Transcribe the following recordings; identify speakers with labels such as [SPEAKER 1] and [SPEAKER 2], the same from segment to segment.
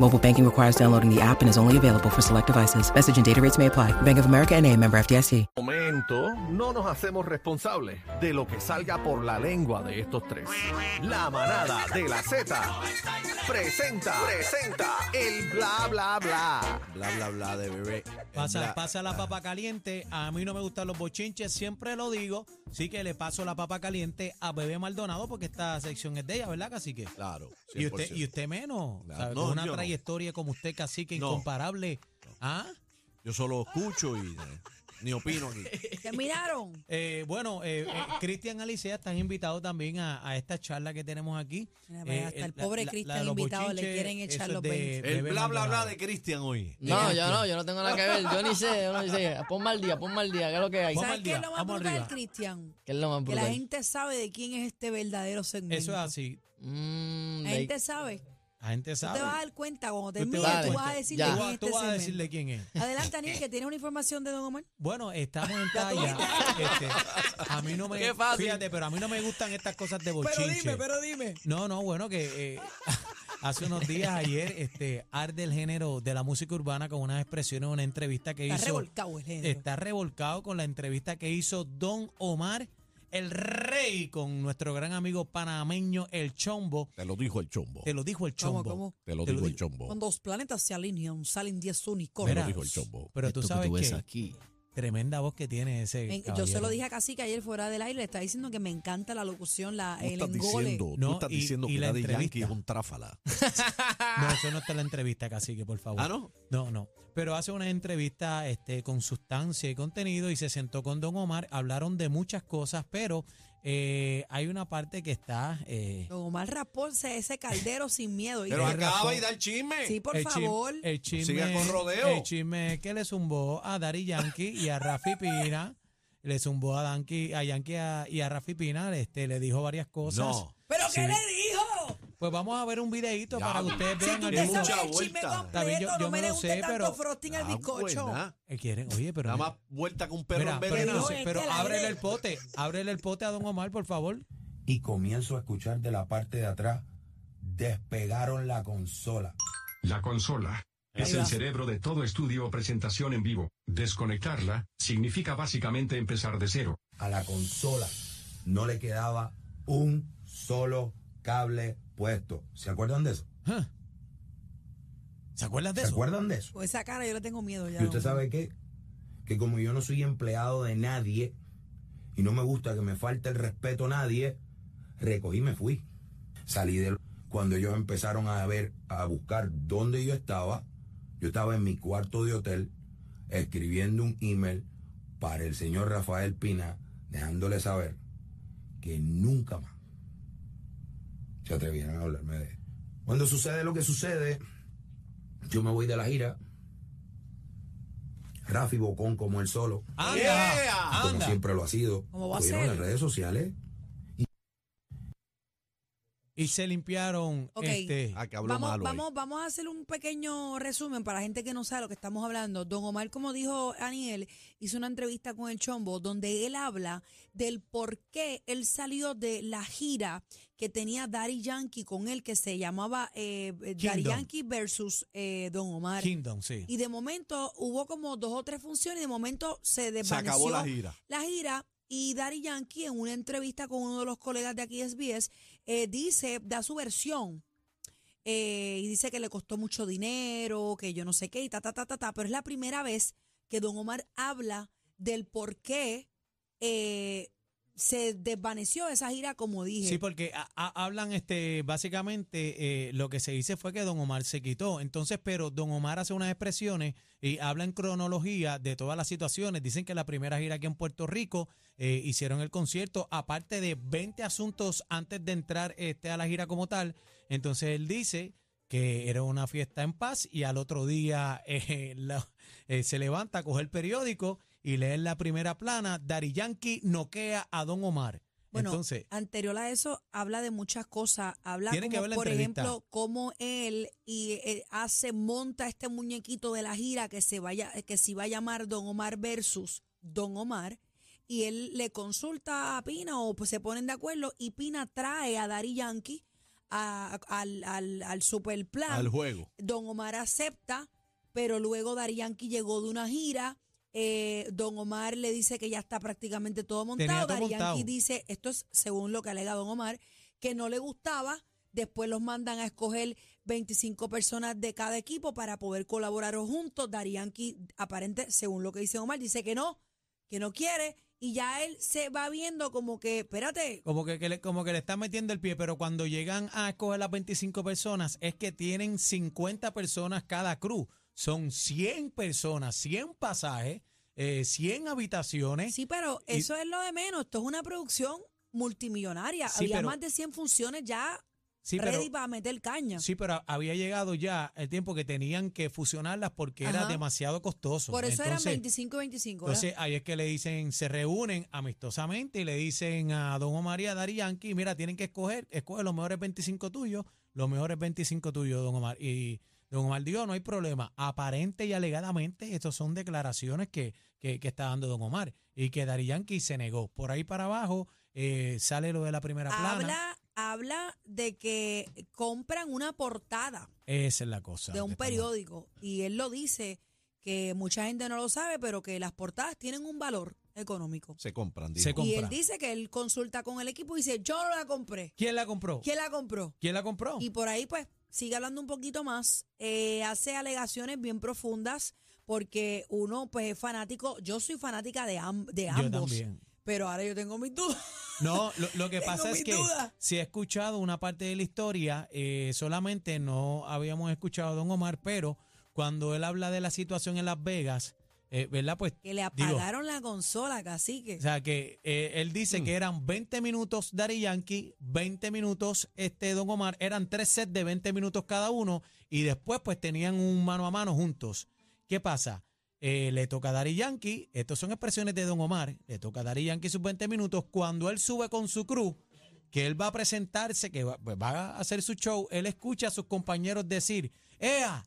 [SPEAKER 1] Mobile banking requires downloading the app and is only available for select devices. Message and data rates may apply. Bank of America and a member FDIC.
[SPEAKER 2] momento no nos hacemos responsables de lo que salga por la lengua de estos tres. La manada de la Z presenta, presenta el bla bla bla.
[SPEAKER 3] Bla, bla, bla de bebé.
[SPEAKER 4] Pasa,
[SPEAKER 3] Bla-
[SPEAKER 4] pasa la papa caliente. A mí no me gustan los bochinches, siempre lo digo. Sí que le paso la papa caliente a Bebé Maldonado porque esta sección es de ella, ¿verdad, cacique?
[SPEAKER 3] Claro.
[SPEAKER 4] Y usted, y
[SPEAKER 3] 100%.
[SPEAKER 4] usted menos.
[SPEAKER 3] Claro.
[SPEAKER 4] ¿sabe?
[SPEAKER 3] No,
[SPEAKER 4] Con una
[SPEAKER 3] yo no.
[SPEAKER 4] trayectoria como usted, cacique,
[SPEAKER 3] No.
[SPEAKER 4] incomparable. ¿Ah?
[SPEAKER 3] Yo solo escucho y eh, ni opino aquí.
[SPEAKER 5] Terminaron.
[SPEAKER 4] Eh, bueno, eh, eh, Cristian Alicea, estás invitado también a, a esta charla que tenemos aquí. Eh,
[SPEAKER 5] Mira, vaya, hasta el pobre Cristian
[SPEAKER 4] de los
[SPEAKER 5] invitado le
[SPEAKER 4] bochinches,
[SPEAKER 5] quieren echar
[SPEAKER 4] eso es
[SPEAKER 5] los
[SPEAKER 4] de
[SPEAKER 5] 20.
[SPEAKER 3] El
[SPEAKER 4] Bebé
[SPEAKER 3] bla bla bla
[SPEAKER 4] Maldonado.
[SPEAKER 3] de Cristian hoy.
[SPEAKER 6] No, yo no, yo no tengo nada que ver. Yo ni sé, yo no sé. Pon mal día, pon mal día, que es lo que hay.
[SPEAKER 4] Vamos
[SPEAKER 5] ¿Sabes
[SPEAKER 4] al
[SPEAKER 5] qué
[SPEAKER 4] día,
[SPEAKER 5] es lo más
[SPEAKER 4] vamos
[SPEAKER 5] brutal,
[SPEAKER 4] arriba.
[SPEAKER 5] Cristian?
[SPEAKER 6] Que es lo más
[SPEAKER 5] Que la
[SPEAKER 6] brutal.
[SPEAKER 5] gente sabe de quién es este verdadero segmento.
[SPEAKER 4] Eso es así.
[SPEAKER 6] Mm,
[SPEAKER 5] La
[SPEAKER 6] de-
[SPEAKER 5] gente sabe. Tú
[SPEAKER 4] La gente sabe.
[SPEAKER 5] te vas a dar cuenta cuando
[SPEAKER 4] Tú te
[SPEAKER 5] termine,
[SPEAKER 4] vas a dar
[SPEAKER 5] tú vas
[SPEAKER 4] cuenta.
[SPEAKER 5] a decir
[SPEAKER 6] Ya.
[SPEAKER 5] de
[SPEAKER 4] Tú
[SPEAKER 5] quién
[SPEAKER 4] vas-
[SPEAKER 5] es
[SPEAKER 4] tú
[SPEAKER 5] este
[SPEAKER 4] vas a
[SPEAKER 5] segmento.
[SPEAKER 4] decirle quién es.
[SPEAKER 5] Adelante, Daniel, que tienes una información de Don Omar.
[SPEAKER 4] Bueno, estamos en talla. Este, a mí no me.
[SPEAKER 6] Qué fácil.
[SPEAKER 4] Fíjate, pero a mí no me gustan estas cosas de bochinche.
[SPEAKER 5] dime.
[SPEAKER 4] No, no, bueno, que eh, hace unos días, ayer, este, arde el género de la música urbana con unas expresiones, una entrevista que
[SPEAKER 5] Está
[SPEAKER 4] hizo.
[SPEAKER 5] revolcado el género.
[SPEAKER 4] Está revolcado con la entrevista que hizo Don Omar, el rey, con nuestro gran amigo panameño, el Chombo.
[SPEAKER 3] Te lo dijo el chombo.
[SPEAKER 4] Te lo dijo el
[SPEAKER 5] ¿Cómo,
[SPEAKER 4] Chombo.
[SPEAKER 5] cómo?
[SPEAKER 3] Te lo
[SPEAKER 4] te lo
[SPEAKER 3] dijo el
[SPEAKER 4] digo.
[SPEAKER 3] chombo.
[SPEAKER 5] Cuando los planetas se alinean, salen 10
[SPEAKER 3] Te
[SPEAKER 5] unicornios.
[SPEAKER 3] lo
[SPEAKER 4] Mira,
[SPEAKER 3] dijo el chombo.
[SPEAKER 4] Pero tú sabes
[SPEAKER 6] ves
[SPEAKER 4] que
[SPEAKER 6] aquí.
[SPEAKER 4] tremenda voz que tiene ese.
[SPEAKER 5] Me- yo
[SPEAKER 4] caballero.
[SPEAKER 5] se lo dije a Casi que ayer fuera del aire, le estaba diciendo que me encanta la locución, la,
[SPEAKER 3] Tú
[SPEAKER 5] el
[SPEAKER 3] estás
[SPEAKER 5] engole.
[SPEAKER 3] diciendo,
[SPEAKER 4] No,
[SPEAKER 3] tú estás
[SPEAKER 4] y-
[SPEAKER 3] diciendo
[SPEAKER 4] y
[SPEAKER 3] que
[SPEAKER 4] la
[SPEAKER 3] la de Yankee es
[SPEAKER 4] entrevista.
[SPEAKER 3] un tráfala.
[SPEAKER 4] No, eso no está en la entrevista, cacique, por favor.
[SPEAKER 3] ¿Ah, no?
[SPEAKER 4] No, no. Pero hace una entrevista este, con sustancia y contenido y se sentó con Don Omar. Hablaron de muchas cosas, pero eh, hay una parte que está. eh,
[SPEAKER 5] Don Omar raspó ese ese caldero sin miedo. Y
[SPEAKER 3] Pero
[SPEAKER 5] de-
[SPEAKER 3] acaba y da el chisme.
[SPEAKER 5] sí, por
[SPEAKER 4] el chim-
[SPEAKER 5] favor.
[SPEAKER 4] el chisme,
[SPEAKER 3] Siga con rodeo.
[SPEAKER 4] El chisme que le zumbó a Dari Yankee y a Rafi Pina. Le zumbó a, Yankee, a Yankee a- y a Rafi Pina. Este, le dijo varias cosas.
[SPEAKER 3] No.
[SPEAKER 5] ¿Pero
[SPEAKER 4] Sí.
[SPEAKER 5] qué le dijo?
[SPEAKER 4] Pues vamos a ver un videito
[SPEAKER 3] Ya,
[SPEAKER 4] para que ustedes
[SPEAKER 5] Si
[SPEAKER 4] vean
[SPEAKER 5] tú
[SPEAKER 4] al
[SPEAKER 5] te
[SPEAKER 3] mucha
[SPEAKER 5] sabes el chisme
[SPEAKER 3] vuelta.
[SPEAKER 5] completo,
[SPEAKER 4] Está bien, yo- yo
[SPEAKER 5] no
[SPEAKER 4] me
[SPEAKER 5] me
[SPEAKER 4] lo
[SPEAKER 5] le
[SPEAKER 4] sé,
[SPEAKER 5] guste
[SPEAKER 4] pero- pues,
[SPEAKER 5] tanto frosting al
[SPEAKER 3] Ah,
[SPEAKER 5] bizcocho.
[SPEAKER 3] buena.
[SPEAKER 4] Eh, ¿Quieren? Oye, pero.
[SPEAKER 3] Da
[SPEAKER 4] mira.
[SPEAKER 3] más vuelta que un perro
[SPEAKER 4] Mira, pero,
[SPEAKER 3] envenenado.
[SPEAKER 5] Pero
[SPEAKER 4] pero
[SPEAKER 5] es que la
[SPEAKER 4] ábrele
[SPEAKER 5] aire-
[SPEAKER 4] el pote, ábrele el pote a Don Omar, por favor.
[SPEAKER 7] y comienzo a escuchar de la parte de atrás, despegaron la consola.
[SPEAKER 8] La consola. Es
[SPEAKER 5] Ahí va.
[SPEAKER 8] el cerebro de todo estudio o presentación en vivo. Desconectarla significa básicamente empezar de cero.
[SPEAKER 7] A la consola no le quedaba un solo cable puesto. ¿Se acuerdan de eso?
[SPEAKER 4] Huh. ¿Se acuerdan de
[SPEAKER 7] ¿Se
[SPEAKER 4] eso?
[SPEAKER 7] acuerdan de eso?
[SPEAKER 5] Con Pues esa cara yo le tengo miedo ya.
[SPEAKER 7] Y usted
[SPEAKER 5] no.
[SPEAKER 7] sabe qué? Que como yo no soy empleado de nadie y no me gusta que me falte el respeto a nadie, recogí y me fui. Salí de cuando ellos empezaron a ver, a buscar dónde yo estaba. Yo estaba en mi cuarto de hotel escribiendo un email para el señor Rafael Pina, dejándole saber que nunca más se atrevieran a hablarme de él. Cuando sucede lo que sucede, yo me voy de la gira. Rafi Bocón como él solo,
[SPEAKER 4] Anda,
[SPEAKER 3] Yeah.
[SPEAKER 7] como
[SPEAKER 4] anda.
[SPEAKER 7] siempre lo ha sido.
[SPEAKER 5] ¿Cómo va a
[SPEAKER 7] Cogieron
[SPEAKER 5] ser?
[SPEAKER 7] las redes sociales.
[SPEAKER 4] Y se limpiaron
[SPEAKER 5] Ok.
[SPEAKER 4] este.
[SPEAKER 3] Ah, que habló
[SPEAKER 5] Vamos,
[SPEAKER 3] malo ahí.
[SPEAKER 5] vamos, vamos a hacer un pequeño resumen para la gente que no sabe lo que estamos hablando. Don Omar, como dijo Aniel, hizo una entrevista con el Chombo donde él habla del por qué él salió de la gira que tenía Daddy Yankee con él que se llamaba eh, eh, Daddy
[SPEAKER 4] Kingdom.
[SPEAKER 5] Yankee versus eh, Don Omar.
[SPEAKER 4] Kingdom, sí.
[SPEAKER 5] Y de momento hubo como dos o tres funciones y de momento se
[SPEAKER 3] Se
[SPEAKER 5] desvaneció
[SPEAKER 3] acabó la gira.
[SPEAKER 5] la gira y Daddy Yankee en una entrevista con uno de los colegas de aquí de SBS eh, dice, da su versión eh, y dice que le costó mucho dinero, que yo no sé qué y ta, ta, ta, ta, ta, pero es la primera vez que Don Omar habla del por qué eh, se desvaneció esa gira como dije.
[SPEAKER 4] Sí, porque a- a- hablan este, básicamente eh, lo que se dice fue que Don Omar se quitó. Entonces, pero Don Omar hace unas expresiones y habla en cronología de todas las situaciones. Dicen que la primera gira aquí en Puerto Rico eh, hicieron el concierto, aparte de 20 asuntos antes de entrar este, a la gira como tal. Entonces él dice que era una fiesta en paz y al otro día eh, la- eh, se levanta, coge el periódico y leer la primera plana, Dari Yankee noquea a Don Omar.
[SPEAKER 5] Bueno,
[SPEAKER 4] Entonces,
[SPEAKER 5] anterior a eso, habla de muchas cosas. Habla,
[SPEAKER 4] Tienen que
[SPEAKER 5] como,
[SPEAKER 4] ver la
[SPEAKER 5] por
[SPEAKER 4] entrevista.
[SPEAKER 5] ejemplo, cómo él y eh, hace, monta este muñequito de la gira que se vaya, que se va a llamar Don Omar versus Don Omar. Y él le consulta a Pina o pues se ponen de acuerdo y Pina trae a Dari Yankee a- al, al, al super plan.
[SPEAKER 3] al juego.
[SPEAKER 5] Don Omar acepta, pero luego Dari Yankee llegó de una gira. eh, Don Omar le dice que ya está prácticamente todo montado.
[SPEAKER 4] todo
[SPEAKER 5] Dari
[SPEAKER 4] montado.
[SPEAKER 5] Yankee dice, esto es según lo que alega Don Omar, que no le gustaba. Después los mandan a escoger 25 personas de cada equipo para poder colaborar juntos. Dari Yankee, aparente, según lo que dice Omar, dice que no, que no quiere. Y ya él se va viendo como que, espérate,
[SPEAKER 4] como que, que le, como que le están metiendo el pie, pero cuando llegan a escoger las 25 personas, es que tienen 50 personas cada cruz. Son 100 personas, 100 pasajes, eh, 100 habitaciones.
[SPEAKER 5] Sí, pero
[SPEAKER 4] ¿Eh? Y-
[SPEAKER 5] eso es lo de menos. Esto es una producción multimillonaria.
[SPEAKER 4] Sí,
[SPEAKER 5] Había
[SPEAKER 4] pero-
[SPEAKER 5] más de 100 funciones ya
[SPEAKER 4] Sí, pero-
[SPEAKER 5] ready para meter caña.
[SPEAKER 4] Sí, pero había llegado ya el tiempo que tenían que fusionarlas porque era
[SPEAKER 5] Ajá.
[SPEAKER 4] demasiado costoso.
[SPEAKER 5] Por eso
[SPEAKER 4] Entonces,
[SPEAKER 5] eran 25 y 25. ¿verdad?
[SPEAKER 4] Entonces ahí es que le dicen, se reúnen amistosamente y le dicen a Don Omar y a Dari Yankee, mira, tienen que escoger, escoge los mejores 25 tuyos, los mejores 25 tuyos, Don Omar. Y Don Omar dijo, no hay problema. Aparente y alegadamente, estas son declaraciones que, que, que está dando Don Omar y que Dari Yankee se negó. Por ahí para abajo eh, sale lo de la primera plana.
[SPEAKER 5] habla, habla de que compran una portada
[SPEAKER 4] Esa es la cosa. este
[SPEAKER 5] de
[SPEAKER 4] que
[SPEAKER 5] un
[SPEAKER 4] estamos-
[SPEAKER 5] periódico. Y él lo dice que mucha gente no lo sabe, pero que las portadas tienen un valor económico.
[SPEAKER 3] Se compran, dijo.
[SPEAKER 4] Se compra.
[SPEAKER 5] Y él dice que él consulta con el equipo y dice, yo no la compré.
[SPEAKER 4] ¿Quién la compró?
[SPEAKER 5] ¿Quién la compró?
[SPEAKER 4] ¿Quién la compró?
[SPEAKER 5] Y por ahí, pues, sigue hablando un poquito más. eh, hace alegaciones bien profundas porque uno, pues, es fanático. Yo soy fanática de, am- de
[SPEAKER 4] Yo
[SPEAKER 5] ambos.
[SPEAKER 4] también.
[SPEAKER 5] Pero ahora yo tengo mis dudas.
[SPEAKER 4] No, lo, lo que
[SPEAKER 5] Tengo
[SPEAKER 4] pasa es
[SPEAKER 5] mis
[SPEAKER 4] que
[SPEAKER 5] dudas.
[SPEAKER 4] se ha escuchado una parte de la historia, eh, solamente no habíamos escuchado a Don Omar, pero cuando él habla de la situación en Las Vegas, eh, ¿verdad? Pues
[SPEAKER 5] Que le
[SPEAKER 4] Digo.
[SPEAKER 5] apagaron la consola, cacique.
[SPEAKER 4] o sea, que eh, él dice que eran 20 minutos Dari Yankee, 20 minutos este Don Omar, eran tres sets de 20 minutos cada uno y después pues tenían un mano a mano juntos. ¿Qué pasa? Eh, le toca a Dari Yankee, estas son expresiones de Don Omar, le toca a Dari Yankee sus 20 minutos, cuando él sube con su crew, que él va a presentarse, que va, pues, va a hacer su show, él escucha a sus compañeros decir, ¡Ea!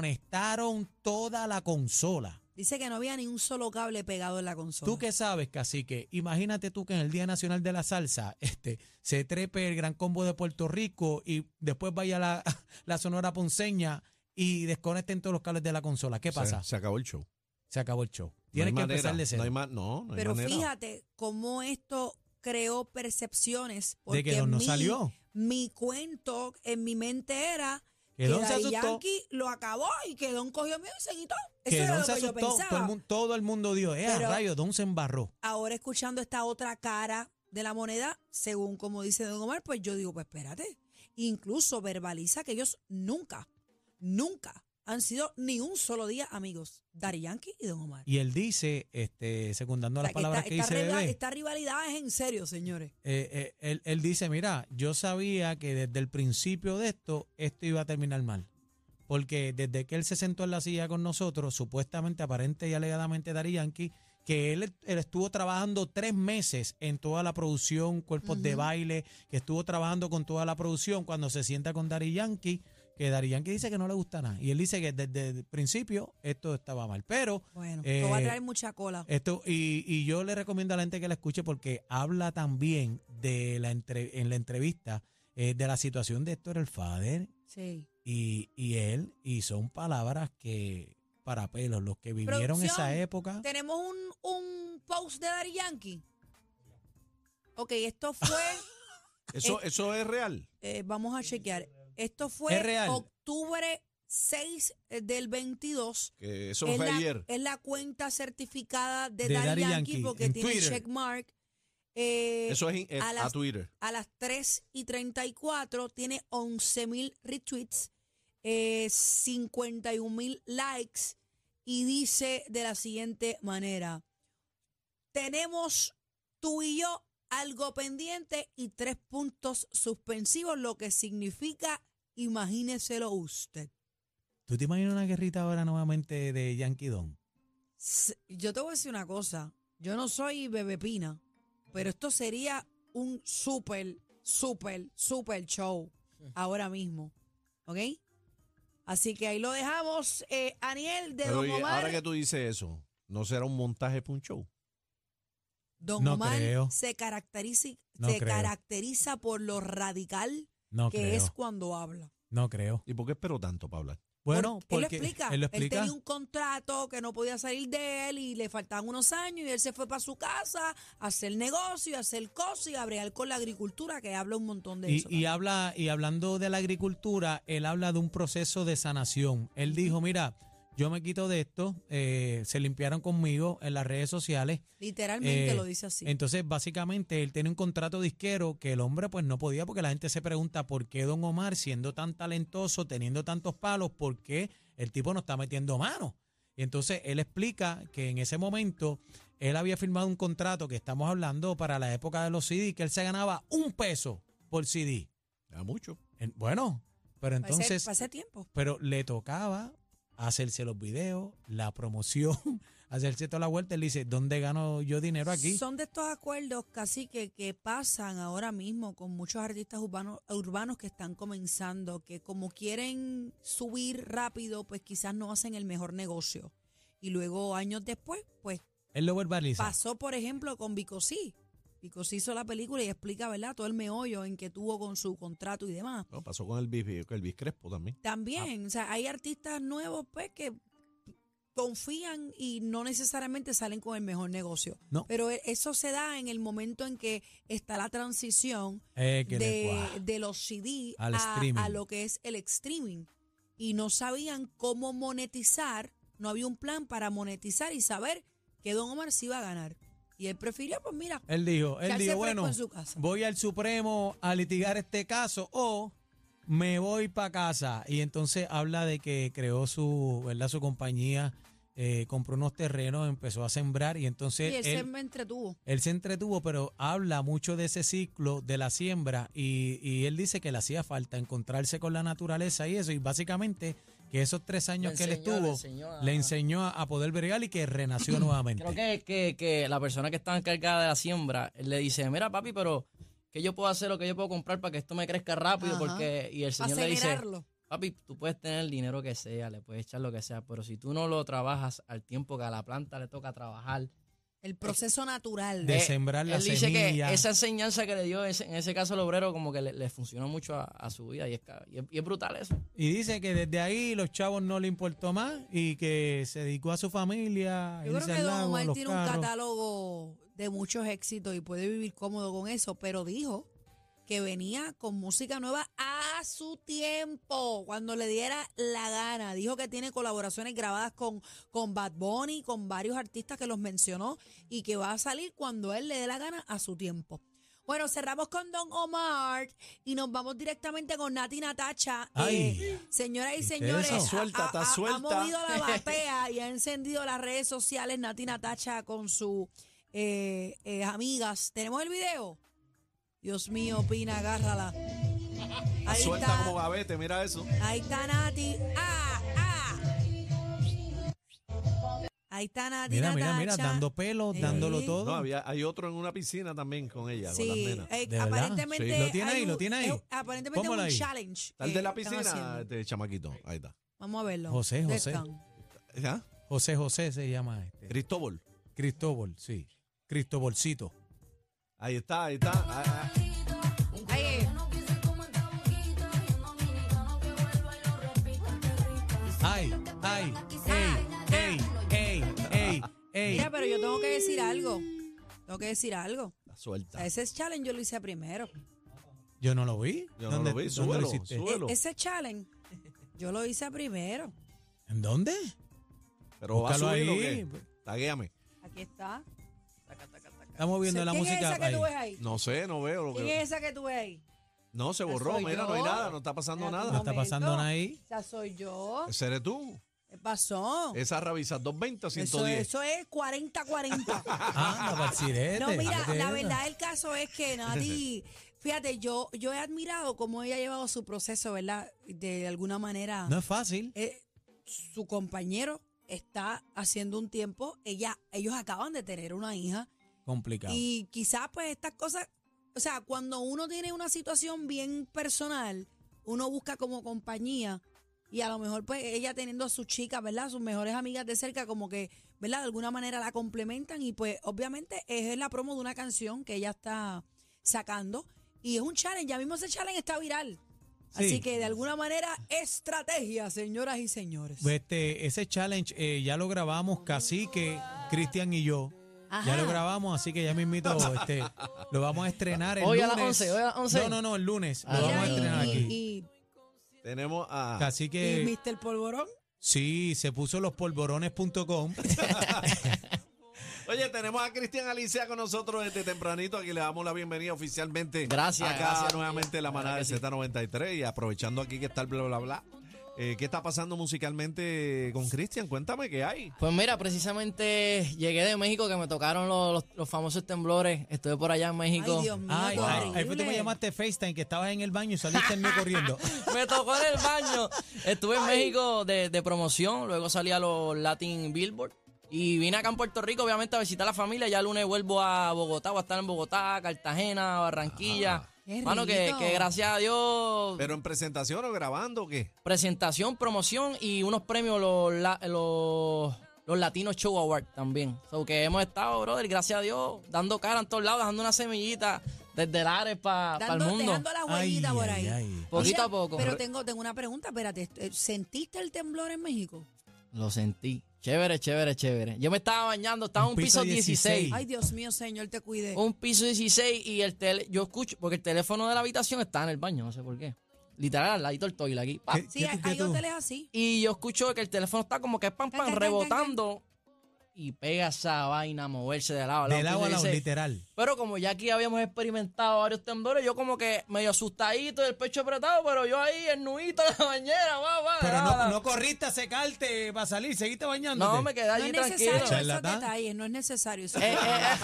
[SPEAKER 4] Desconectaron toda la consola.
[SPEAKER 5] Dice que no había ni un solo cable pegado en la consola.
[SPEAKER 4] Tú que sabes, cacique, imagínate tú que en el Día Nacional de la Salsa este, se trepe el Gran Combo de Puerto Rico y después vaya la, la Sonora Ponceña y desconecten todos los cables de la consola. ¿Qué pasa?
[SPEAKER 3] Se, se acabó el show.
[SPEAKER 4] Se acabó el show.
[SPEAKER 3] No hay
[SPEAKER 4] Tienes que
[SPEAKER 3] manera,
[SPEAKER 4] empezar de
[SPEAKER 3] No,
[SPEAKER 4] cero.
[SPEAKER 3] hay ma- no, no hay
[SPEAKER 5] Pero
[SPEAKER 3] manera.
[SPEAKER 5] fíjate cómo esto creó percepciones. Porque
[SPEAKER 4] de que Don no
[SPEAKER 5] mi-
[SPEAKER 4] salió.
[SPEAKER 5] Mi cuento en mi mente era
[SPEAKER 4] Que
[SPEAKER 5] que,
[SPEAKER 4] Don se
[SPEAKER 5] Daddy
[SPEAKER 4] asustó.
[SPEAKER 5] Yankee lo acabó y que Don cogió miedo y se quitó. Eso
[SPEAKER 4] Que
[SPEAKER 5] era
[SPEAKER 4] Don
[SPEAKER 5] lo
[SPEAKER 4] se
[SPEAKER 5] que yo
[SPEAKER 4] asustó.
[SPEAKER 5] pensaba.
[SPEAKER 4] Todo el, mundo, todo el mundo dio. ¡Eh,
[SPEAKER 5] Pero-
[SPEAKER 4] rayo! Don se embarró.
[SPEAKER 5] ahora escuchando esta otra cara de la moneda, según como dice Don Omar, pues yo digo, pues espérate. Incluso verbaliza que ellos nunca, nunca han sido ni un solo día amigos, Dari Yankee y Don Omar.
[SPEAKER 4] Y él dice, este, secundando
[SPEAKER 5] O sea,
[SPEAKER 4] las
[SPEAKER 5] que
[SPEAKER 4] palabras
[SPEAKER 5] esta,
[SPEAKER 4] que
[SPEAKER 5] esta
[SPEAKER 4] dice
[SPEAKER 5] rival-
[SPEAKER 4] Bebé,
[SPEAKER 5] esta rivalidad es en serio, señores.
[SPEAKER 4] eh, eh, él, él dice, mira, yo sabía que desde el principio de esto, esto iba a terminar mal. Porque desde que él se sentó en la silla con nosotros, supuestamente, aparente y alegadamente, Dari Yankee, que él, él estuvo trabajando tres meses en toda la producción, cuerpos de baile, que estuvo trabajando con toda la producción, cuando se sienta con Dari Yankee, que Dari Yankee dice que no le gusta nada. Y él dice que desde el principio esto estaba mal. Pero
[SPEAKER 5] Bueno,
[SPEAKER 4] Eh,
[SPEAKER 5] esto va a traer mucha cola.
[SPEAKER 4] esto, y, y yo le recomiendo a la gente que la escuche porque habla también de la entre- en la entrevista eh, de la situación de Héctor el Fader
[SPEAKER 5] sí.
[SPEAKER 4] y, y él, y son palabras que para pelos, los que vivieron esa
[SPEAKER 5] Producción,
[SPEAKER 4] época.
[SPEAKER 5] Tenemos un, un post de Dari Yankee. Ok, esto fue...
[SPEAKER 3] Eso, eso es real.
[SPEAKER 5] Eh, vamos a chequear. Esto fue
[SPEAKER 4] Es real.
[SPEAKER 5] octubre 6 del 22.
[SPEAKER 3] Que eso
[SPEAKER 5] es,
[SPEAKER 3] fue
[SPEAKER 5] la,
[SPEAKER 3] ayer.
[SPEAKER 5] es la cuenta certificada de,
[SPEAKER 4] De
[SPEAKER 5] Daddy
[SPEAKER 4] Daddy
[SPEAKER 5] Yankee,
[SPEAKER 4] Yankee,
[SPEAKER 5] porque
[SPEAKER 4] en
[SPEAKER 5] tiene
[SPEAKER 4] Twitter.
[SPEAKER 5] checkmark.
[SPEAKER 3] Eso es in- es
[SPEAKER 5] Eh, a
[SPEAKER 3] a,
[SPEAKER 5] las-
[SPEAKER 3] Twitter.
[SPEAKER 5] A las 3 y 34 tiene 11 mil retweets, eh, 51 mil likes y dice de la siguiente manera. Tenemos tú y yo algo pendiente y tres puntos suspensivos, lo que significa imagíneselo usted.
[SPEAKER 4] ¿Tú te imaginas una guerrita ahora nuevamente de Yankee Don?
[SPEAKER 5] S- Yo te voy a decir una cosa. Yo no soy bebepina, pero esto sería un súper, súper, súper show ahora mismo. ¿Ok? Así que ahí lo dejamos. Eh, Aniel de
[SPEAKER 3] Pero
[SPEAKER 5] Don
[SPEAKER 3] oye,
[SPEAKER 5] Omar.
[SPEAKER 3] ahora que tú dices eso, ¿no será un montaje para un show?
[SPEAKER 5] Don
[SPEAKER 4] No
[SPEAKER 5] Omar
[SPEAKER 4] creo.
[SPEAKER 5] se, caracteriza,
[SPEAKER 4] No
[SPEAKER 5] se
[SPEAKER 4] creo.
[SPEAKER 5] caracteriza por lo radical
[SPEAKER 4] No
[SPEAKER 5] que
[SPEAKER 4] creo.
[SPEAKER 5] es cuando habla.
[SPEAKER 4] No creo.
[SPEAKER 3] ¿Y por qué espero tanto para hablar?
[SPEAKER 4] Bueno,
[SPEAKER 5] él lo
[SPEAKER 4] porque
[SPEAKER 5] explica.
[SPEAKER 4] Él lo
[SPEAKER 5] Él
[SPEAKER 4] explica.
[SPEAKER 5] tenía un contrato que no podía salir de él y le faltaban unos años y él se fue para su casa a hacer negocio, a hacer cosas y a bregar con la agricultura, que habla un montón de
[SPEAKER 4] Y,
[SPEAKER 5] eso.
[SPEAKER 4] y
[SPEAKER 5] también.
[SPEAKER 4] habla, y hablando de la agricultura, él habla de un proceso de sanación. Él dijo, mira, yo me quito de esto, eh, se limpiaron conmigo en las redes sociales.
[SPEAKER 5] Literalmente
[SPEAKER 4] eh,
[SPEAKER 5] lo dice así.
[SPEAKER 4] Entonces, básicamente, él tiene un contrato disquero que el hombre pues no podía porque la gente se pregunta por qué Don Omar, siendo tan talentoso, teniendo tantos palos, por qué el tipo no está metiendo mano. Y entonces, él explica que en ese momento él había firmado un contrato que estamos hablando para la época de los CD, que él se ganaba un peso por CD.
[SPEAKER 3] Ya mucho.
[SPEAKER 4] En- Bueno, pero
[SPEAKER 5] Para ese-
[SPEAKER 4] entonces,
[SPEAKER 5] para ese tiempo.
[SPEAKER 4] pero le tocaba hacerse los videos, la promoción, hacerse toda la vuelta. Él dice, ¿dónde gano yo dinero aquí?
[SPEAKER 5] Son de estos acuerdos casi que, que pasan ahora mismo con muchos artistas urbanos, urbanos que están comenzando, que como quieren subir rápido, pues quizás no hacen el mejor negocio. Y luego años después, pues
[SPEAKER 4] Él lo verbaliza.
[SPEAKER 5] pasó, por ejemplo, con Vicosí. Vicosí hizo la película y explica, ¿verdad?, todo el meollo en que tuvo con su contrato y demás.
[SPEAKER 3] No, pasó con el Elvis, con Elvis Crespo también.
[SPEAKER 4] Ah.
[SPEAKER 5] También, o sea, hay artistas nuevos, pues, que confían y no necesariamente salen con el mejor negocio.
[SPEAKER 4] No.
[SPEAKER 5] Pero e- eso se da en el momento en que está la transición
[SPEAKER 4] Eh, que le-
[SPEAKER 5] de,
[SPEAKER 4] guau.
[SPEAKER 5] de los CD
[SPEAKER 4] Al
[SPEAKER 5] a,
[SPEAKER 4] streaming.
[SPEAKER 5] a lo que es el streaming. Y no sabían cómo monetizar, no había un plan para monetizar y saber que Don Omar se iba a ganar. Y él prefirió, pues mira,
[SPEAKER 4] Él dijo, él
[SPEAKER 5] echarse
[SPEAKER 4] dijo,
[SPEAKER 5] fresco
[SPEAKER 4] bueno,
[SPEAKER 5] en su casa.
[SPEAKER 4] voy al Supremo a litigar este caso o me voy para casa. Y entonces habla de que creó su, ¿verdad? su compañía, eh, compró unos terrenos, empezó a sembrar y
[SPEAKER 5] Y
[SPEAKER 4] entonces
[SPEAKER 5] él,
[SPEAKER 4] él-
[SPEAKER 5] se me entretuvo.
[SPEAKER 4] Él se entretuvo, pero habla mucho de ese ciclo de la siembra y, y él dice que le hacía falta encontrarse con la naturaleza y eso. Y básicamente que esos tres años que él
[SPEAKER 6] enseñó, le
[SPEAKER 4] estuvo
[SPEAKER 6] enseñó a- ah.
[SPEAKER 4] le enseñó a, a poder bregar y que renació nuevamente.
[SPEAKER 6] Creo que, que, que la persona que está encargada de la siembra él le dice, mira papi, pero ¿qué yo puedo hacer o qué yo puedo comprar para que esto me crezca rápido?
[SPEAKER 5] Ajá.
[SPEAKER 6] Porque, y el señor le dice,
[SPEAKER 5] Acelerarlo.
[SPEAKER 6] papi, tú puedes tener el dinero que sea, le puedes echar lo que sea, pero si tú no lo trabajas al tiempo que a la planta le toca trabajar,
[SPEAKER 5] El proceso natural.
[SPEAKER 4] De
[SPEAKER 6] Eh,
[SPEAKER 4] sembrar la
[SPEAKER 6] él dice
[SPEAKER 4] semilla.
[SPEAKER 6] que esa enseñanza que le dio ese- en ese caso el obrero como que le, le funcionó mucho a, a su vida y es, ca- y es- y es brutal eso.
[SPEAKER 4] Y dice que desde ahí los chavos no le importó más y que se dedicó a su familia.
[SPEAKER 5] Yo
[SPEAKER 4] irse
[SPEAKER 5] creo que
[SPEAKER 4] al
[SPEAKER 5] Don
[SPEAKER 4] lago,
[SPEAKER 5] Omar
[SPEAKER 4] los
[SPEAKER 5] tiene
[SPEAKER 4] carros.
[SPEAKER 5] un catálogo de muchos éxitos y puede vivir cómodo con eso, pero dijo que venía con música nueva a su tiempo, cuando le diera la gana. Dijo que tiene colaboraciones grabadas con, con Bad Bunny, con varios artistas que los mencionó y que va a salir cuando él le dé la gana a su tiempo. Bueno, cerramos con Don Omar y nos vamos directamente con Nati Natacha. eh,
[SPEAKER 4] Ay.
[SPEAKER 5] señoras y
[SPEAKER 4] Está
[SPEAKER 5] señores, ha-
[SPEAKER 3] suelta,
[SPEAKER 5] ha-
[SPEAKER 3] está
[SPEAKER 5] ha- ha
[SPEAKER 3] suelta.
[SPEAKER 5] movido la batea y ha encendido las redes sociales Nati Natacha con sus amigas. ¿Tenemos el video? Dios mío, Pina, agárrala. Ahí
[SPEAKER 3] Suelta
[SPEAKER 5] está,
[SPEAKER 3] como gavete, mira eso.
[SPEAKER 5] ahí está Nati. Ah, ah. Ahí está Nati
[SPEAKER 4] Mira, mira, mira,
[SPEAKER 5] Natacha.
[SPEAKER 4] dando pelo,
[SPEAKER 6] Eh.
[SPEAKER 5] Sí.
[SPEAKER 4] dándolo todo.
[SPEAKER 3] No, había, hay otro en una piscina también con ella, con las
[SPEAKER 5] Sí,
[SPEAKER 3] nenas.
[SPEAKER 4] ¿De
[SPEAKER 5] eh,
[SPEAKER 4] verdad?
[SPEAKER 5] aparentemente.
[SPEAKER 4] Sí. Lo tiene
[SPEAKER 5] hay
[SPEAKER 4] ahí,
[SPEAKER 5] un-
[SPEAKER 4] lo tiene ahí.
[SPEAKER 5] eh, aparentemente es
[SPEAKER 4] Póngalo
[SPEAKER 5] un
[SPEAKER 4] ahí.
[SPEAKER 5] challenge.
[SPEAKER 3] Está el
[SPEAKER 5] que
[SPEAKER 3] de la
[SPEAKER 5] están
[SPEAKER 3] piscina,
[SPEAKER 5] haciendo.
[SPEAKER 3] este chamaquito. Ahí está.
[SPEAKER 5] Vamos a verlo.
[SPEAKER 4] José, José.
[SPEAKER 5] Descan.
[SPEAKER 3] ¿Ya?
[SPEAKER 4] José José se llama este.
[SPEAKER 3] Cristóbal.
[SPEAKER 4] Cristóbal, sí. Cristóbalcito.
[SPEAKER 3] Ahí está, ahí está. Ah, ah.
[SPEAKER 5] Ahí es.
[SPEAKER 4] Ay, ay,
[SPEAKER 5] Ah.
[SPEAKER 4] ey, ey, ey, ey, ey.
[SPEAKER 5] Mira, pero yo tengo que decir algo. Tengo que decir algo.
[SPEAKER 3] Está
[SPEAKER 5] O
[SPEAKER 3] suelta.
[SPEAKER 5] sea, ese challenge yo lo hice primero.
[SPEAKER 4] Yo no lo vi.
[SPEAKER 3] Yo no lo vi. Súbelo,
[SPEAKER 5] E-
[SPEAKER 3] súbelo.
[SPEAKER 5] ese challenge yo lo hice primero.
[SPEAKER 4] ¿En dónde?
[SPEAKER 3] Pero va a
[SPEAKER 4] Búscalo
[SPEAKER 3] subir o
[SPEAKER 4] ahí.
[SPEAKER 3] qué? Taguéame.
[SPEAKER 5] Aquí está.
[SPEAKER 4] Estamos viendo la
[SPEAKER 5] ¿Quién
[SPEAKER 4] música.
[SPEAKER 5] es esa que tú
[SPEAKER 4] ahí.
[SPEAKER 5] ves ahí?
[SPEAKER 3] No sé, no veo lo
[SPEAKER 5] ¿Quién
[SPEAKER 3] que...
[SPEAKER 5] es esa que tú ves ahí?
[SPEAKER 3] No, se borró,
[SPEAKER 5] Soy
[SPEAKER 3] mira,
[SPEAKER 5] yo.
[SPEAKER 3] no hay nada, no está pasando
[SPEAKER 5] Espérate un
[SPEAKER 4] No
[SPEAKER 3] nada.
[SPEAKER 4] está pasando
[SPEAKER 5] momento.
[SPEAKER 4] nada ahí.
[SPEAKER 5] Esa soy yo.
[SPEAKER 3] Ese eres tú.
[SPEAKER 5] ¿Qué pasó?
[SPEAKER 3] Esa revisa 220 o
[SPEAKER 5] Eso,
[SPEAKER 3] 110.
[SPEAKER 5] eso es 40-40.
[SPEAKER 4] Anda, para el sirete.
[SPEAKER 5] No, mira,
[SPEAKER 4] ¿Qué
[SPEAKER 5] la
[SPEAKER 4] es?
[SPEAKER 5] verdad del caso es que Nati, fíjate, yo, yo he admirado cómo ella ha llevado su proceso, ¿verdad? De alguna manera.
[SPEAKER 4] No es fácil.
[SPEAKER 5] eh, su compañero está haciendo un tiempo, ella, ellos acaban de tener una hija
[SPEAKER 4] Complicado.
[SPEAKER 5] y quizás pues estas cosas, o sea, cuando uno tiene una situación bien personal, uno busca como compañía y a lo mejor pues ella teniendo a sus chicas, ¿verdad? Sus mejores amigas de cerca como que, ¿verdad? De alguna manera la complementan y pues obviamente es la promo de una canción que ella está sacando y es un challenge, ya mismo ese challenge está viral.
[SPEAKER 4] Sí.
[SPEAKER 5] Así que de alguna manera estrategia, señoras y señores.
[SPEAKER 4] Este, ese challenge eh, ya lo grabamos Cacique, Cristian y yo. Ya lo grabamos, así que ya mismito este, lo vamos a estrenar el
[SPEAKER 6] Hoy a
[SPEAKER 4] lunes.
[SPEAKER 6] las 11, hoy a las 11.
[SPEAKER 4] No, no, no, el lunes.
[SPEAKER 6] Ah,
[SPEAKER 4] lo
[SPEAKER 5] Mira,
[SPEAKER 4] vamos a
[SPEAKER 5] y-
[SPEAKER 4] estrenar
[SPEAKER 5] y-
[SPEAKER 4] aquí. Eh,
[SPEAKER 5] y-
[SPEAKER 3] Tenemos a.
[SPEAKER 4] Así
[SPEAKER 5] y
[SPEAKER 4] que
[SPEAKER 5] Mr. Polvorón.
[SPEAKER 4] sí, se puso los polvorones.com.
[SPEAKER 3] Oye, tenemos a Cristian Alicia con nosotros desde tempranito. Aquí le damos la bienvenida oficialmente.
[SPEAKER 6] Gracias,
[SPEAKER 3] Acá
[SPEAKER 6] gracias.
[SPEAKER 3] nuevamente la manada de Z93. Y aprovechando aquí que está el bla, bla, bla. eh, ¿Qué está pasando musicalmente con Cristian? Cuéntame qué hay.
[SPEAKER 6] Pues mira, precisamente llegué de México que me tocaron los, los- los famosos temblores. Estuve por allá en México.
[SPEAKER 5] Ay, Dios mío.
[SPEAKER 4] Ay,
[SPEAKER 5] qué
[SPEAKER 4] ay, ahí fue que me
[SPEAKER 5] horrible.
[SPEAKER 4] llamaste FaceTime, que estabas en el baño y saliste en mí corriendo.
[SPEAKER 6] me tocó en el baño. Estuve en México de, de promoción, luego salí a los Latin Billboard y vine acá en Puerto Rico, obviamente, a visitar a la familia. Ya el lunes vuelvo a Bogotá, voy a estar en Bogotá, Cartagena, Barranquilla.
[SPEAKER 5] Ah. Qué
[SPEAKER 6] Mano, que,
[SPEAKER 5] rico.
[SPEAKER 6] que gracias a Dios.
[SPEAKER 3] ¿Pero en presentación o grabando o qué?
[SPEAKER 6] presentación, promoción y unos premios, los, la- los, los Latinos Show Awards también. So que hemos estado, brother, gracias a Dios, dando cara en todos lados, dejando una semillita desde el Ares para el
[SPEAKER 5] Dando,
[SPEAKER 6] mundo.
[SPEAKER 5] dejando la huellita
[SPEAKER 4] Ay, ay,
[SPEAKER 5] por ahí.
[SPEAKER 4] ay.
[SPEAKER 6] Poquito
[SPEAKER 5] Mira,
[SPEAKER 6] a poco.
[SPEAKER 5] Pero tengo, tengo una pregunta, espérate. eh, ¿Sentiste el temblor en México?
[SPEAKER 6] Lo sentí. Chévere, chévere, chévere. Yo me estaba bañando, estaba en un piso 16.
[SPEAKER 5] Ay, Dios mío, señor, te cuide.
[SPEAKER 6] Un piso 16 y el tele, yo escucho, porque el teléfono de la habitación está en el baño, no sé por qué. Literal, al ladito del toile aquí. pa.
[SPEAKER 4] ¿Qué-
[SPEAKER 5] sí, hay,
[SPEAKER 4] tú- qué
[SPEAKER 5] hay
[SPEAKER 4] tú?
[SPEAKER 5] hoteles así.
[SPEAKER 6] Y yo escucho que el teléfono está como que pam,
[SPEAKER 5] Can, can,
[SPEAKER 6] pam,
[SPEAKER 5] can,
[SPEAKER 6] rebotando. Y pega esa vaina a moverse de lado a lado.
[SPEAKER 4] Del agua a
[SPEAKER 6] Entonces
[SPEAKER 4] la
[SPEAKER 6] dice,
[SPEAKER 4] literal.
[SPEAKER 6] Pero como ya aquí habíamos experimentado varios temblores, yo como que medio asustadito, el pecho apretado, pero yo ahí, el nudito de la bañera, va, va.
[SPEAKER 4] Pero
[SPEAKER 6] va,
[SPEAKER 4] no,
[SPEAKER 6] va.
[SPEAKER 4] no corriste a secarte para salir, seguiste bañándote.
[SPEAKER 6] "Ah". No, me quedé
[SPEAKER 5] No
[SPEAKER 6] allí
[SPEAKER 5] es
[SPEAKER 6] tranquilo.
[SPEAKER 5] necesario esos
[SPEAKER 4] Charlatán.
[SPEAKER 5] detalles, no es necesario. eso.
[SPEAKER 6] Eh, eh, eh.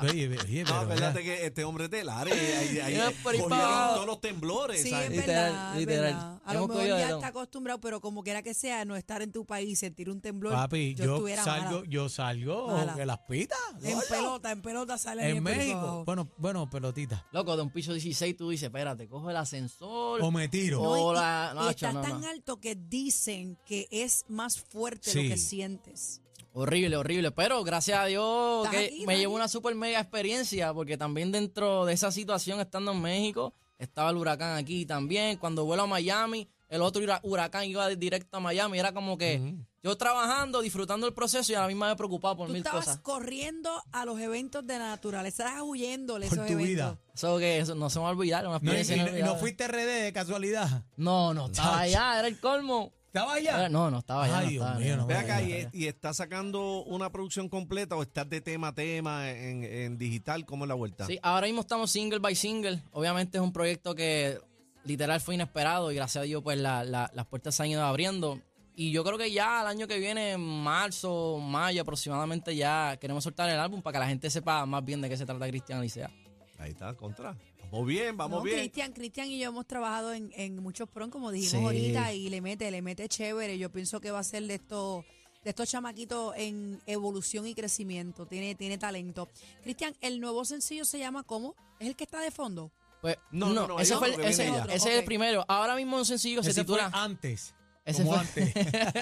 [SPEAKER 4] Oye, oye,
[SPEAKER 3] No,
[SPEAKER 4] pero,
[SPEAKER 3] acuérdate que este hombre es del área. Ahí, ahí,
[SPEAKER 6] Ya, por ahí
[SPEAKER 3] cogieron
[SPEAKER 6] para abajo.
[SPEAKER 3] todos los temblores.
[SPEAKER 5] Sí,
[SPEAKER 3] ¿sabes?
[SPEAKER 5] es
[SPEAKER 6] Literal,
[SPEAKER 5] verdad, es
[SPEAKER 6] literal.
[SPEAKER 5] verdad. A
[SPEAKER 6] Hemos
[SPEAKER 5] lo mejor
[SPEAKER 6] cogido de
[SPEAKER 5] ya
[SPEAKER 6] todo.
[SPEAKER 5] está acostumbrado, pero como quiera que sea, no estar en tu país, sentir un temblor,
[SPEAKER 4] Papi, yo,
[SPEAKER 5] estuviera
[SPEAKER 4] salgo,
[SPEAKER 5] mala.
[SPEAKER 4] yo salgo
[SPEAKER 5] Mala.
[SPEAKER 4] de las pitas.
[SPEAKER 5] en
[SPEAKER 4] gordo.
[SPEAKER 5] pelota, en pelota sale
[SPEAKER 4] En
[SPEAKER 5] el
[SPEAKER 4] México.
[SPEAKER 5] pelotado.
[SPEAKER 4] Bueno, bueno, pelotita.
[SPEAKER 6] Loco, de un piso 16 tú dices, espérate, cojo el ascensor.
[SPEAKER 4] O me tiro.
[SPEAKER 5] No, y- y-
[SPEAKER 6] Hola,
[SPEAKER 5] y
[SPEAKER 6] Nacho,
[SPEAKER 5] estás
[SPEAKER 6] no, no.
[SPEAKER 5] tan alto que dicen que es más fuerte
[SPEAKER 4] Sí.
[SPEAKER 5] lo que sientes.
[SPEAKER 6] Horrible, horrible. Pero gracias a Dios
[SPEAKER 5] ¿Estás
[SPEAKER 6] que
[SPEAKER 5] aquí,
[SPEAKER 6] me
[SPEAKER 5] Dani?
[SPEAKER 6] llevó una super mega experiencia, porque también dentro de esa situación, estando en México, estaba el huracán aquí también. Cuando vuelo a Miami, el otro hura- huracán iba de- directo a Miami. Era como que yo trabajando, disfrutando el proceso y a la misma vez preocupado por
[SPEAKER 5] Tú
[SPEAKER 6] mil
[SPEAKER 5] estabas
[SPEAKER 6] cosas.
[SPEAKER 5] corriendo a los eventos de la naturaleza, estabas huyéndole
[SPEAKER 4] Por
[SPEAKER 5] esos
[SPEAKER 4] tu
[SPEAKER 5] eventos.
[SPEAKER 4] vida.
[SPEAKER 6] Eso que eso no se me va a olvidar, una
[SPEAKER 4] No, y-
[SPEAKER 6] experiencia
[SPEAKER 4] y- y no
[SPEAKER 6] inolvidable.
[SPEAKER 4] fuiste RD de casualidad.
[SPEAKER 6] No, no, estaba
[SPEAKER 4] Chacho.
[SPEAKER 6] allá, era el colmo.
[SPEAKER 4] ¿Estaba
[SPEAKER 6] Era-
[SPEAKER 4] allá?
[SPEAKER 6] no, no estaba allá.
[SPEAKER 4] Ay,
[SPEAKER 6] no
[SPEAKER 4] Dios
[SPEAKER 6] estaba,
[SPEAKER 4] mío, no
[SPEAKER 3] Ve
[SPEAKER 4] me
[SPEAKER 3] acá,
[SPEAKER 4] digas.
[SPEAKER 3] y, y está sacando una producción completa o estás de tema a tema en, en digital? ¿Cómo es la vuelta?
[SPEAKER 6] Sí, ahora mismo estamos single by single. Obviamente es un proyecto que literal fue inesperado y gracias a Dios pues la- la- las puertas se han ido abriendo. Y yo creo que ya el año que viene, en marzo, mayo aproximadamente, ya queremos soltar el álbum para que la gente sepa más bien de qué se trata Cristian Alicea.
[SPEAKER 3] Ahí está, contra. Vamos bien, vamos
[SPEAKER 5] No,
[SPEAKER 3] bien.
[SPEAKER 5] Cristian, Cristian y yo hemos trabajado en, en muchos prom, como dijimos
[SPEAKER 6] Sí.
[SPEAKER 5] ahorita, y le mete, le mete chévere. Yo pienso que va a ser de estos, de estos chamaquitos en evolución y crecimiento. Tiene, tiene talento. Cristian, el nuevo sencillo se llama ¿Cómo? ¿Es el que está de fondo?
[SPEAKER 6] Pues,
[SPEAKER 3] No,
[SPEAKER 6] no,
[SPEAKER 3] no, no,
[SPEAKER 6] ese,
[SPEAKER 3] hay
[SPEAKER 6] fue el,
[SPEAKER 3] otro que
[SPEAKER 6] ese-
[SPEAKER 5] viene ya.
[SPEAKER 6] ese es
[SPEAKER 5] Ok.
[SPEAKER 6] el primero. Ahora mismo un sencillo que se
[SPEAKER 4] Ese fue
[SPEAKER 6] titula...
[SPEAKER 4] antes.
[SPEAKER 6] Ese
[SPEAKER 4] como
[SPEAKER 6] fue-
[SPEAKER 4] antes.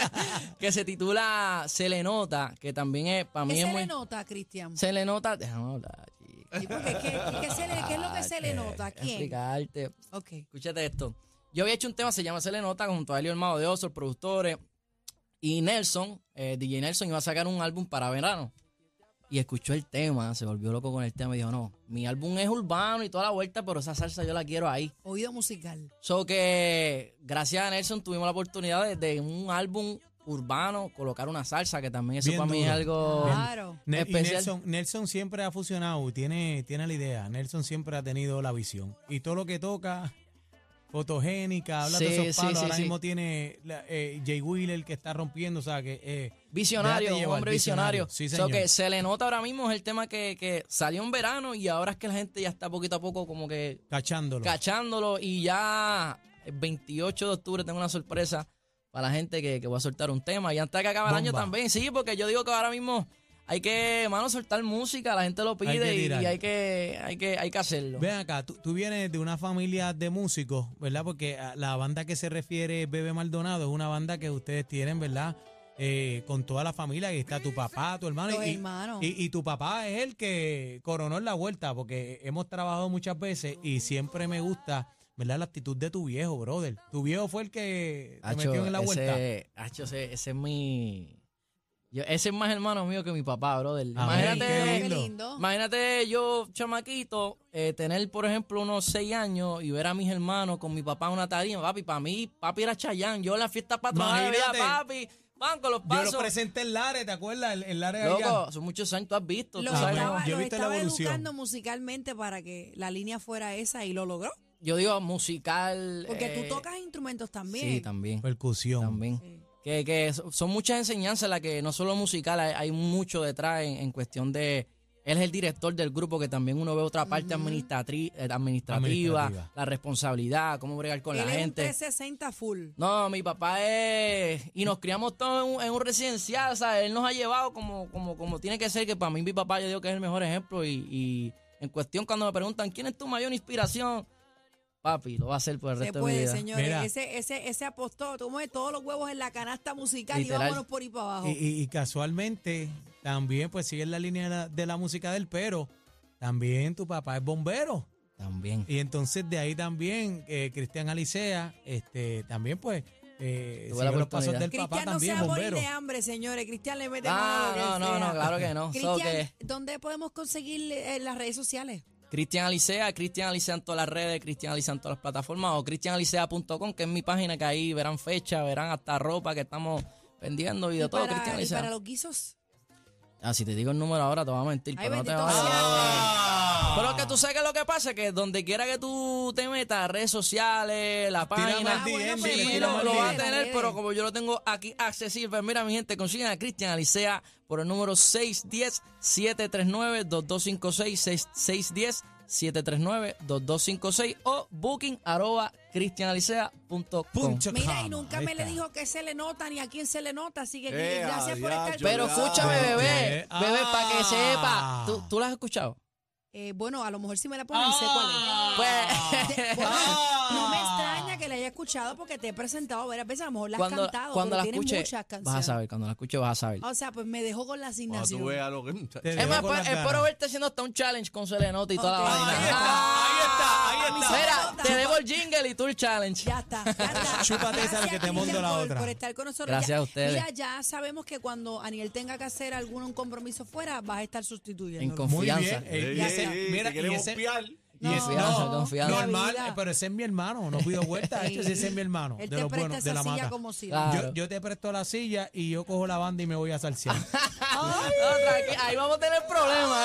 [SPEAKER 6] que se titula Se le nota, que también es, para
[SPEAKER 5] ¿Qué
[SPEAKER 6] mí es
[SPEAKER 5] se
[SPEAKER 6] muy...
[SPEAKER 5] le nota, Cristian?
[SPEAKER 6] Se le nota... Déjame hablar, chico.
[SPEAKER 5] Sí, porque ¿qué, qué se le- qué es lo
[SPEAKER 6] Ah,
[SPEAKER 5] que se le nota? ¿A quién?
[SPEAKER 6] Explicarte.
[SPEAKER 5] Ok.
[SPEAKER 6] Escúchate esto. Yo había hecho un tema, se llama Se le nota, junto a Elio Hermano de Oso, el productores. Y Nelson, eh, DJ Nelson, iba a sacar un álbum para verano. Y escuchó el tema, se volvió loco con el tema y dijo, no, mi álbum es urbano y toda la vuelta, pero esa salsa yo la quiero ahí.
[SPEAKER 5] Oído musical.
[SPEAKER 6] So que gracias a Nelson tuvimos la oportunidad de, de un álbum urbano colocar una salsa, que también eso
[SPEAKER 4] Bien
[SPEAKER 6] para mí es
[SPEAKER 4] duro.
[SPEAKER 6] algo...
[SPEAKER 5] Claro.
[SPEAKER 4] Ne- y
[SPEAKER 6] Especial.
[SPEAKER 4] Nelson, Nelson siempre ha fusionado, tiene, tiene la idea. Nelson siempre ha tenido la visión. Y todo lo que toca, fotogénica, habla
[SPEAKER 6] Sí,
[SPEAKER 4] de esos
[SPEAKER 6] sí,
[SPEAKER 4] palos.
[SPEAKER 6] sí,
[SPEAKER 4] Ahora
[SPEAKER 6] sí.
[SPEAKER 4] mismo tiene la- eh, Jay Wheeler que está rompiendo, o sea que. eh,
[SPEAKER 6] Visionario,
[SPEAKER 4] Déjate
[SPEAKER 6] un
[SPEAKER 4] llevar,
[SPEAKER 6] hombre visionario.
[SPEAKER 4] visionario. Sí,
[SPEAKER 6] So
[SPEAKER 4] señor.
[SPEAKER 6] que se le nota ahora mismo es el tema que, que salió en verano y ahora es que la gente ya está poquito a poco como que
[SPEAKER 4] Cachándolo.
[SPEAKER 6] eh, cachándolo y ya el 28 de octubre tengo una sorpresa para la gente que, que voy a soltar un tema. Y antes que acabe el año
[SPEAKER 4] Bomba.
[SPEAKER 6] también, sí, porque yo digo que ahora mismo hay que, mano, soltar música, la gente lo
[SPEAKER 4] que
[SPEAKER 6] pide y,
[SPEAKER 4] tirar.
[SPEAKER 6] y hay, que, hay, que, hay que hacerlo.
[SPEAKER 4] Ven acá, tú, tú vienes de una familia de músicos, ¿verdad? Porque a la banda que se refiere Bebe Maldonado es una banda que ustedes tienen, ¿verdad? Eh, con toda la familia, que está tu papá, tu hermano.
[SPEAKER 5] Los
[SPEAKER 4] y,
[SPEAKER 5] hermanos.
[SPEAKER 4] Y, y tu papá es el que coronó en la vuelta, porque hemos trabajado muchas veces y siempre me gusta, ¿verdad? La actitud de tu viejo, brother. Tu viejo fue el que te
[SPEAKER 6] Hacho,
[SPEAKER 4] metió en la vuelta.
[SPEAKER 6] ese, hacho, ese, ese es mi. yo- ese es más hermano mío que mi papá, brother. Imagínate.
[SPEAKER 4] Ah, qué
[SPEAKER 5] Qué
[SPEAKER 4] lindo.
[SPEAKER 5] lindo.
[SPEAKER 6] Imagínate yo, chamaquito, eh, tener, por ejemplo, unos seis años y ver a mis hermanos con mi papá en una tarima. Papi, para mí, papi era Chayán. Yo en la fiesta patronal veía a
[SPEAKER 4] Imagínate.
[SPEAKER 6] papi. Van con los
[SPEAKER 4] Yo
[SPEAKER 6] pasos.
[SPEAKER 4] lo presenté en Lares, ¿te acuerdas? El, el Lares allá.
[SPEAKER 6] Loco, son muchos años, tú has visto. tú
[SPEAKER 5] Lo
[SPEAKER 4] Ah,
[SPEAKER 6] sabes.
[SPEAKER 4] bueno,
[SPEAKER 5] estaba,
[SPEAKER 4] yo he
[SPEAKER 5] lo
[SPEAKER 4] visto la
[SPEAKER 5] estaba
[SPEAKER 4] evolución.
[SPEAKER 5] educando musicalmente para que la línea fuera esa y lo logró.
[SPEAKER 6] Yo digo musical.
[SPEAKER 5] Porque
[SPEAKER 6] eh,
[SPEAKER 5] tú tocas instrumentos también. Eh,
[SPEAKER 6] Sí, también.
[SPEAKER 4] Percusión.
[SPEAKER 6] También.
[SPEAKER 5] Sí.
[SPEAKER 6] Que, que so- son muchas enseñanzas las que no solo musical, hay, hay mucho detrás en, en cuestión de... Él es el director del grupo, que también uno ve otra parte administratri- eh, administrativa,
[SPEAKER 4] Administrativa.
[SPEAKER 6] la responsabilidad, cómo bregar con
[SPEAKER 5] Él
[SPEAKER 6] la
[SPEAKER 5] es
[SPEAKER 6] gente.
[SPEAKER 5] un 360 full.
[SPEAKER 6] No, mi papá es... Y nos criamos todos en un, en un residencial, o sea, él nos ha llevado como, como, como tiene que ser, que para mí mi papá yo digo que es el mejor ejemplo y, y en cuestión cuando me preguntan, ¿quién es tu mayor inspiración? Papi, lo va a hacer por el
[SPEAKER 5] Se
[SPEAKER 6] resto de mi
[SPEAKER 5] puede,
[SPEAKER 6] vida.
[SPEAKER 5] señores.
[SPEAKER 4] Mira.
[SPEAKER 5] Ese, ese, ese apostó, tú mueves todos los huevos en la canasta musical
[SPEAKER 6] Literal.
[SPEAKER 5] y vámonos por ahí para abajo.
[SPEAKER 4] Y, y- y casualmente, también, pues sigue en la línea de la, de la música del pero. También tu papá es bombero.
[SPEAKER 6] También.
[SPEAKER 4] Y entonces de ahí también, eh, Cristian Alicea, este, también pues, eh,
[SPEAKER 6] Tuve
[SPEAKER 4] sigue
[SPEAKER 6] la
[SPEAKER 4] los pasos
[SPEAKER 6] oportunidad.
[SPEAKER 4] del papá
[SPEAKER 5] Cristian no se
[SPEAKER 4] también,
[SPEAKER 5] va a morir
[SPEAKER 4] bombero.
[SPEAKER 5] de hambre, señores. Cristian le mete
[SPEAKER 6] Ah,
[SPEAKER 5] mano a lo que
[SPEAKER 6] no, no,
[SPEAKER 5] sea.
[SPEAKER 6] no, claro que no. So
[SPEAKER 5] Cristian,
[SPEAKER 6] que
[SPEAKER 5] ¿dónde podemos conseguir eh, las redes sociales?
[SPEAKER 6] Cristian Alicea, Cristian Alicea en todas las redes, Cristian Alicea en todas las plataformas o cristianalicea.com, que es mi página, que ahí verán fecha, verán hasta ropa que estamos vendiendo y de
[SPEAKER 5] Y
[SPEAKER 6] todo,
[SPEAKER 5] para,
[SPEAKER 6] Cristian
[SPEAKER 5] y para
[SPEAKER 6] Alicea.
[SPEAKER 5] los guisos.
[SPEAKER 6] Ah, si te digo el número ahora te voy a mentir,
[SPEAKER 5] Ay,
[SPEAKER 6] pero no te
[SPEAKER 5] bendito
[SPEAKER 6] voy a-
[SPEAKER 5] sea.
[SPEAKER 6] Pero que tú sabes que lo que pasa es que donde quiera que tú te metas, redes sociales, la página,
[SPEAKER 4] más
[SPEAKER 5] Ah,
[SPEAKER 4] DM,
[SPEAKER 5] pues,
[SPEAKER 6] sí,
[SPEAKER 4] le tira
[SPEAKER 6] lo,
[SPEAKER 4] más
[SPEAKER 6] lo
[SPEAKER 4] DM.
[SPEAKER 6] va a tener, pero como yo lo tengo aquí accesible, pues mira mi gente, consiguen a Cristian Alicea por el número 610-739-2256, 610-739-2256 o booking arroba cristianalicea.com.
[SPEAKER 4] Punto
[SPEAKER 5] Mira,
[SPEAKER 4] com.
[SPEAKER 5] y nunca
[SPEAKER 4] Ahí
[SPEAKER 5] me le
[SPEAKER 4] está.
[SPEAKER 5] dicho que se le nota ni a quién se le nota, así que
[SPEAKER 2] Eh,
[SPEAKER 5] gracias por
[SPEAKER 2] adiós,
[SPEAKER 5] estar.
[SPEAKER 2] yo-
[SPEAKER 6] Pero escúchame,
[SPEAKER 2] Ah,
[SPEAKER 6] bebé,
[SPEAKER 4] ok.
[SPEAKER 6] bebé, para que
[SPEAKER 4] Ah.
[SPEAKER 6] sepa, ¿tú, tú la has escuchado?
[SPEAKER 5] Eh, bueno, a lo mejor si me la ponen, sé cuál es.
[SPEAKER 6] Pues...
[SPEAKER 5] Te- bueno, No
[SPEAKER 6] Ah.
[SPEAKER 5] me extraña que la haya escuchado porque te he presentado varias veces, a lo mejor la has cantado,
[SPEAKER 6] cuando
[SPEAKER 5] pero
[SPEAKER 6] la
[SPEAKER 5] tienes
[SPEAKER 6] escuche,
[SPEAKER 5] muchas canciones.
[SPEAKER 6] Vas a saber, cuando la escuche vas a saber.
[SPEAKER 5] O sea, pues me dejó con la
[SPEAKER 2] Cuando
[SPEAKER 5] asignación.
[SPEAKER 2] tú veas lo que...
[SPEAKER 4] Te
[SPEAKER 6] Es
[SPEAKER 4] dejo
[SPEAKER 6] más,
[SPEAKER 4] con las
[SPEAKER 6] espero,
[SPEAKER 4] ganas.
[SPEAKER 6] espero verte haciendo hasta un challenge con Selenota y toda
[SPEAKER 5] Ok.
[SPEAKER 6] la vaina. Ah.
[SPEAKER 5] Ahí está, ahí está, ahí está.
[SPEAKER 6] Mira, te debo el jingle y tú el challenge.
[SPEAKER 5] Ya está, ya está.
[SPEAKER 4] Chúpate esa,
[SPEAKER 5] Gracias,
[SPEAKER 4] que te
[SPEAKER 5] Cristian,
[SPEAKER 4] mando la
[SPEAKER 5] por-
[SPEAKER 4] otra.
[SPEAKER 5] Por estar con nosotros.
[SPEAKER 6] Gracias
[SPEAKER 5] Ya-
[SPEAKER 6] a ustedes.
[SPEAKER 5] Mira, ya sabemos que cuando Aniel tenga que hacer algún compromiso fuera, vas a estar
[SPEAKER 6] En
[SPEAKER 5] sustituyendo.
[SPEAKER 4] Muy
[SPEAKER 6] confianza.
[SPEAKER 4] bien. eh, y ese- mira, y ese- y
[SPEAKER 5] No.
[SPEAKER 4] ese-
[SPEAKER 6] Confianza,
[SPEAKER 4] no,
[SPEAKER 6] confianza.
[SPEAKER 4] normal,
[SPEAKER 5] La vida.
[SPEAKER 4] eh, pero ese es mi hermano, no pido vuelta,
[SPEAKER 5] Sí.
[SPEAKER 4] este sí ese es mi hermano,
[SPEAKER 5] Él
[SPEAKER 4] de
[SPEAKER 5] te
[SPEAKER 4] los
[SPEAKER 5] presta
[SPEAKER 4] buenos, de
[SPEAKER 5] esa
[SPEAKER 4] la
[SPEAKER 5] silla
[SPEAKER 4] mata.
[SPEAKER 5] como si.
[SPEAKER 6] Claro.
[SPEAKER 4] Yo, yo te presto la silla y yo cojo la banda y me voy a salsear.
[SPEAKER 6] No, tranqui- ahí vamos a tener problemas,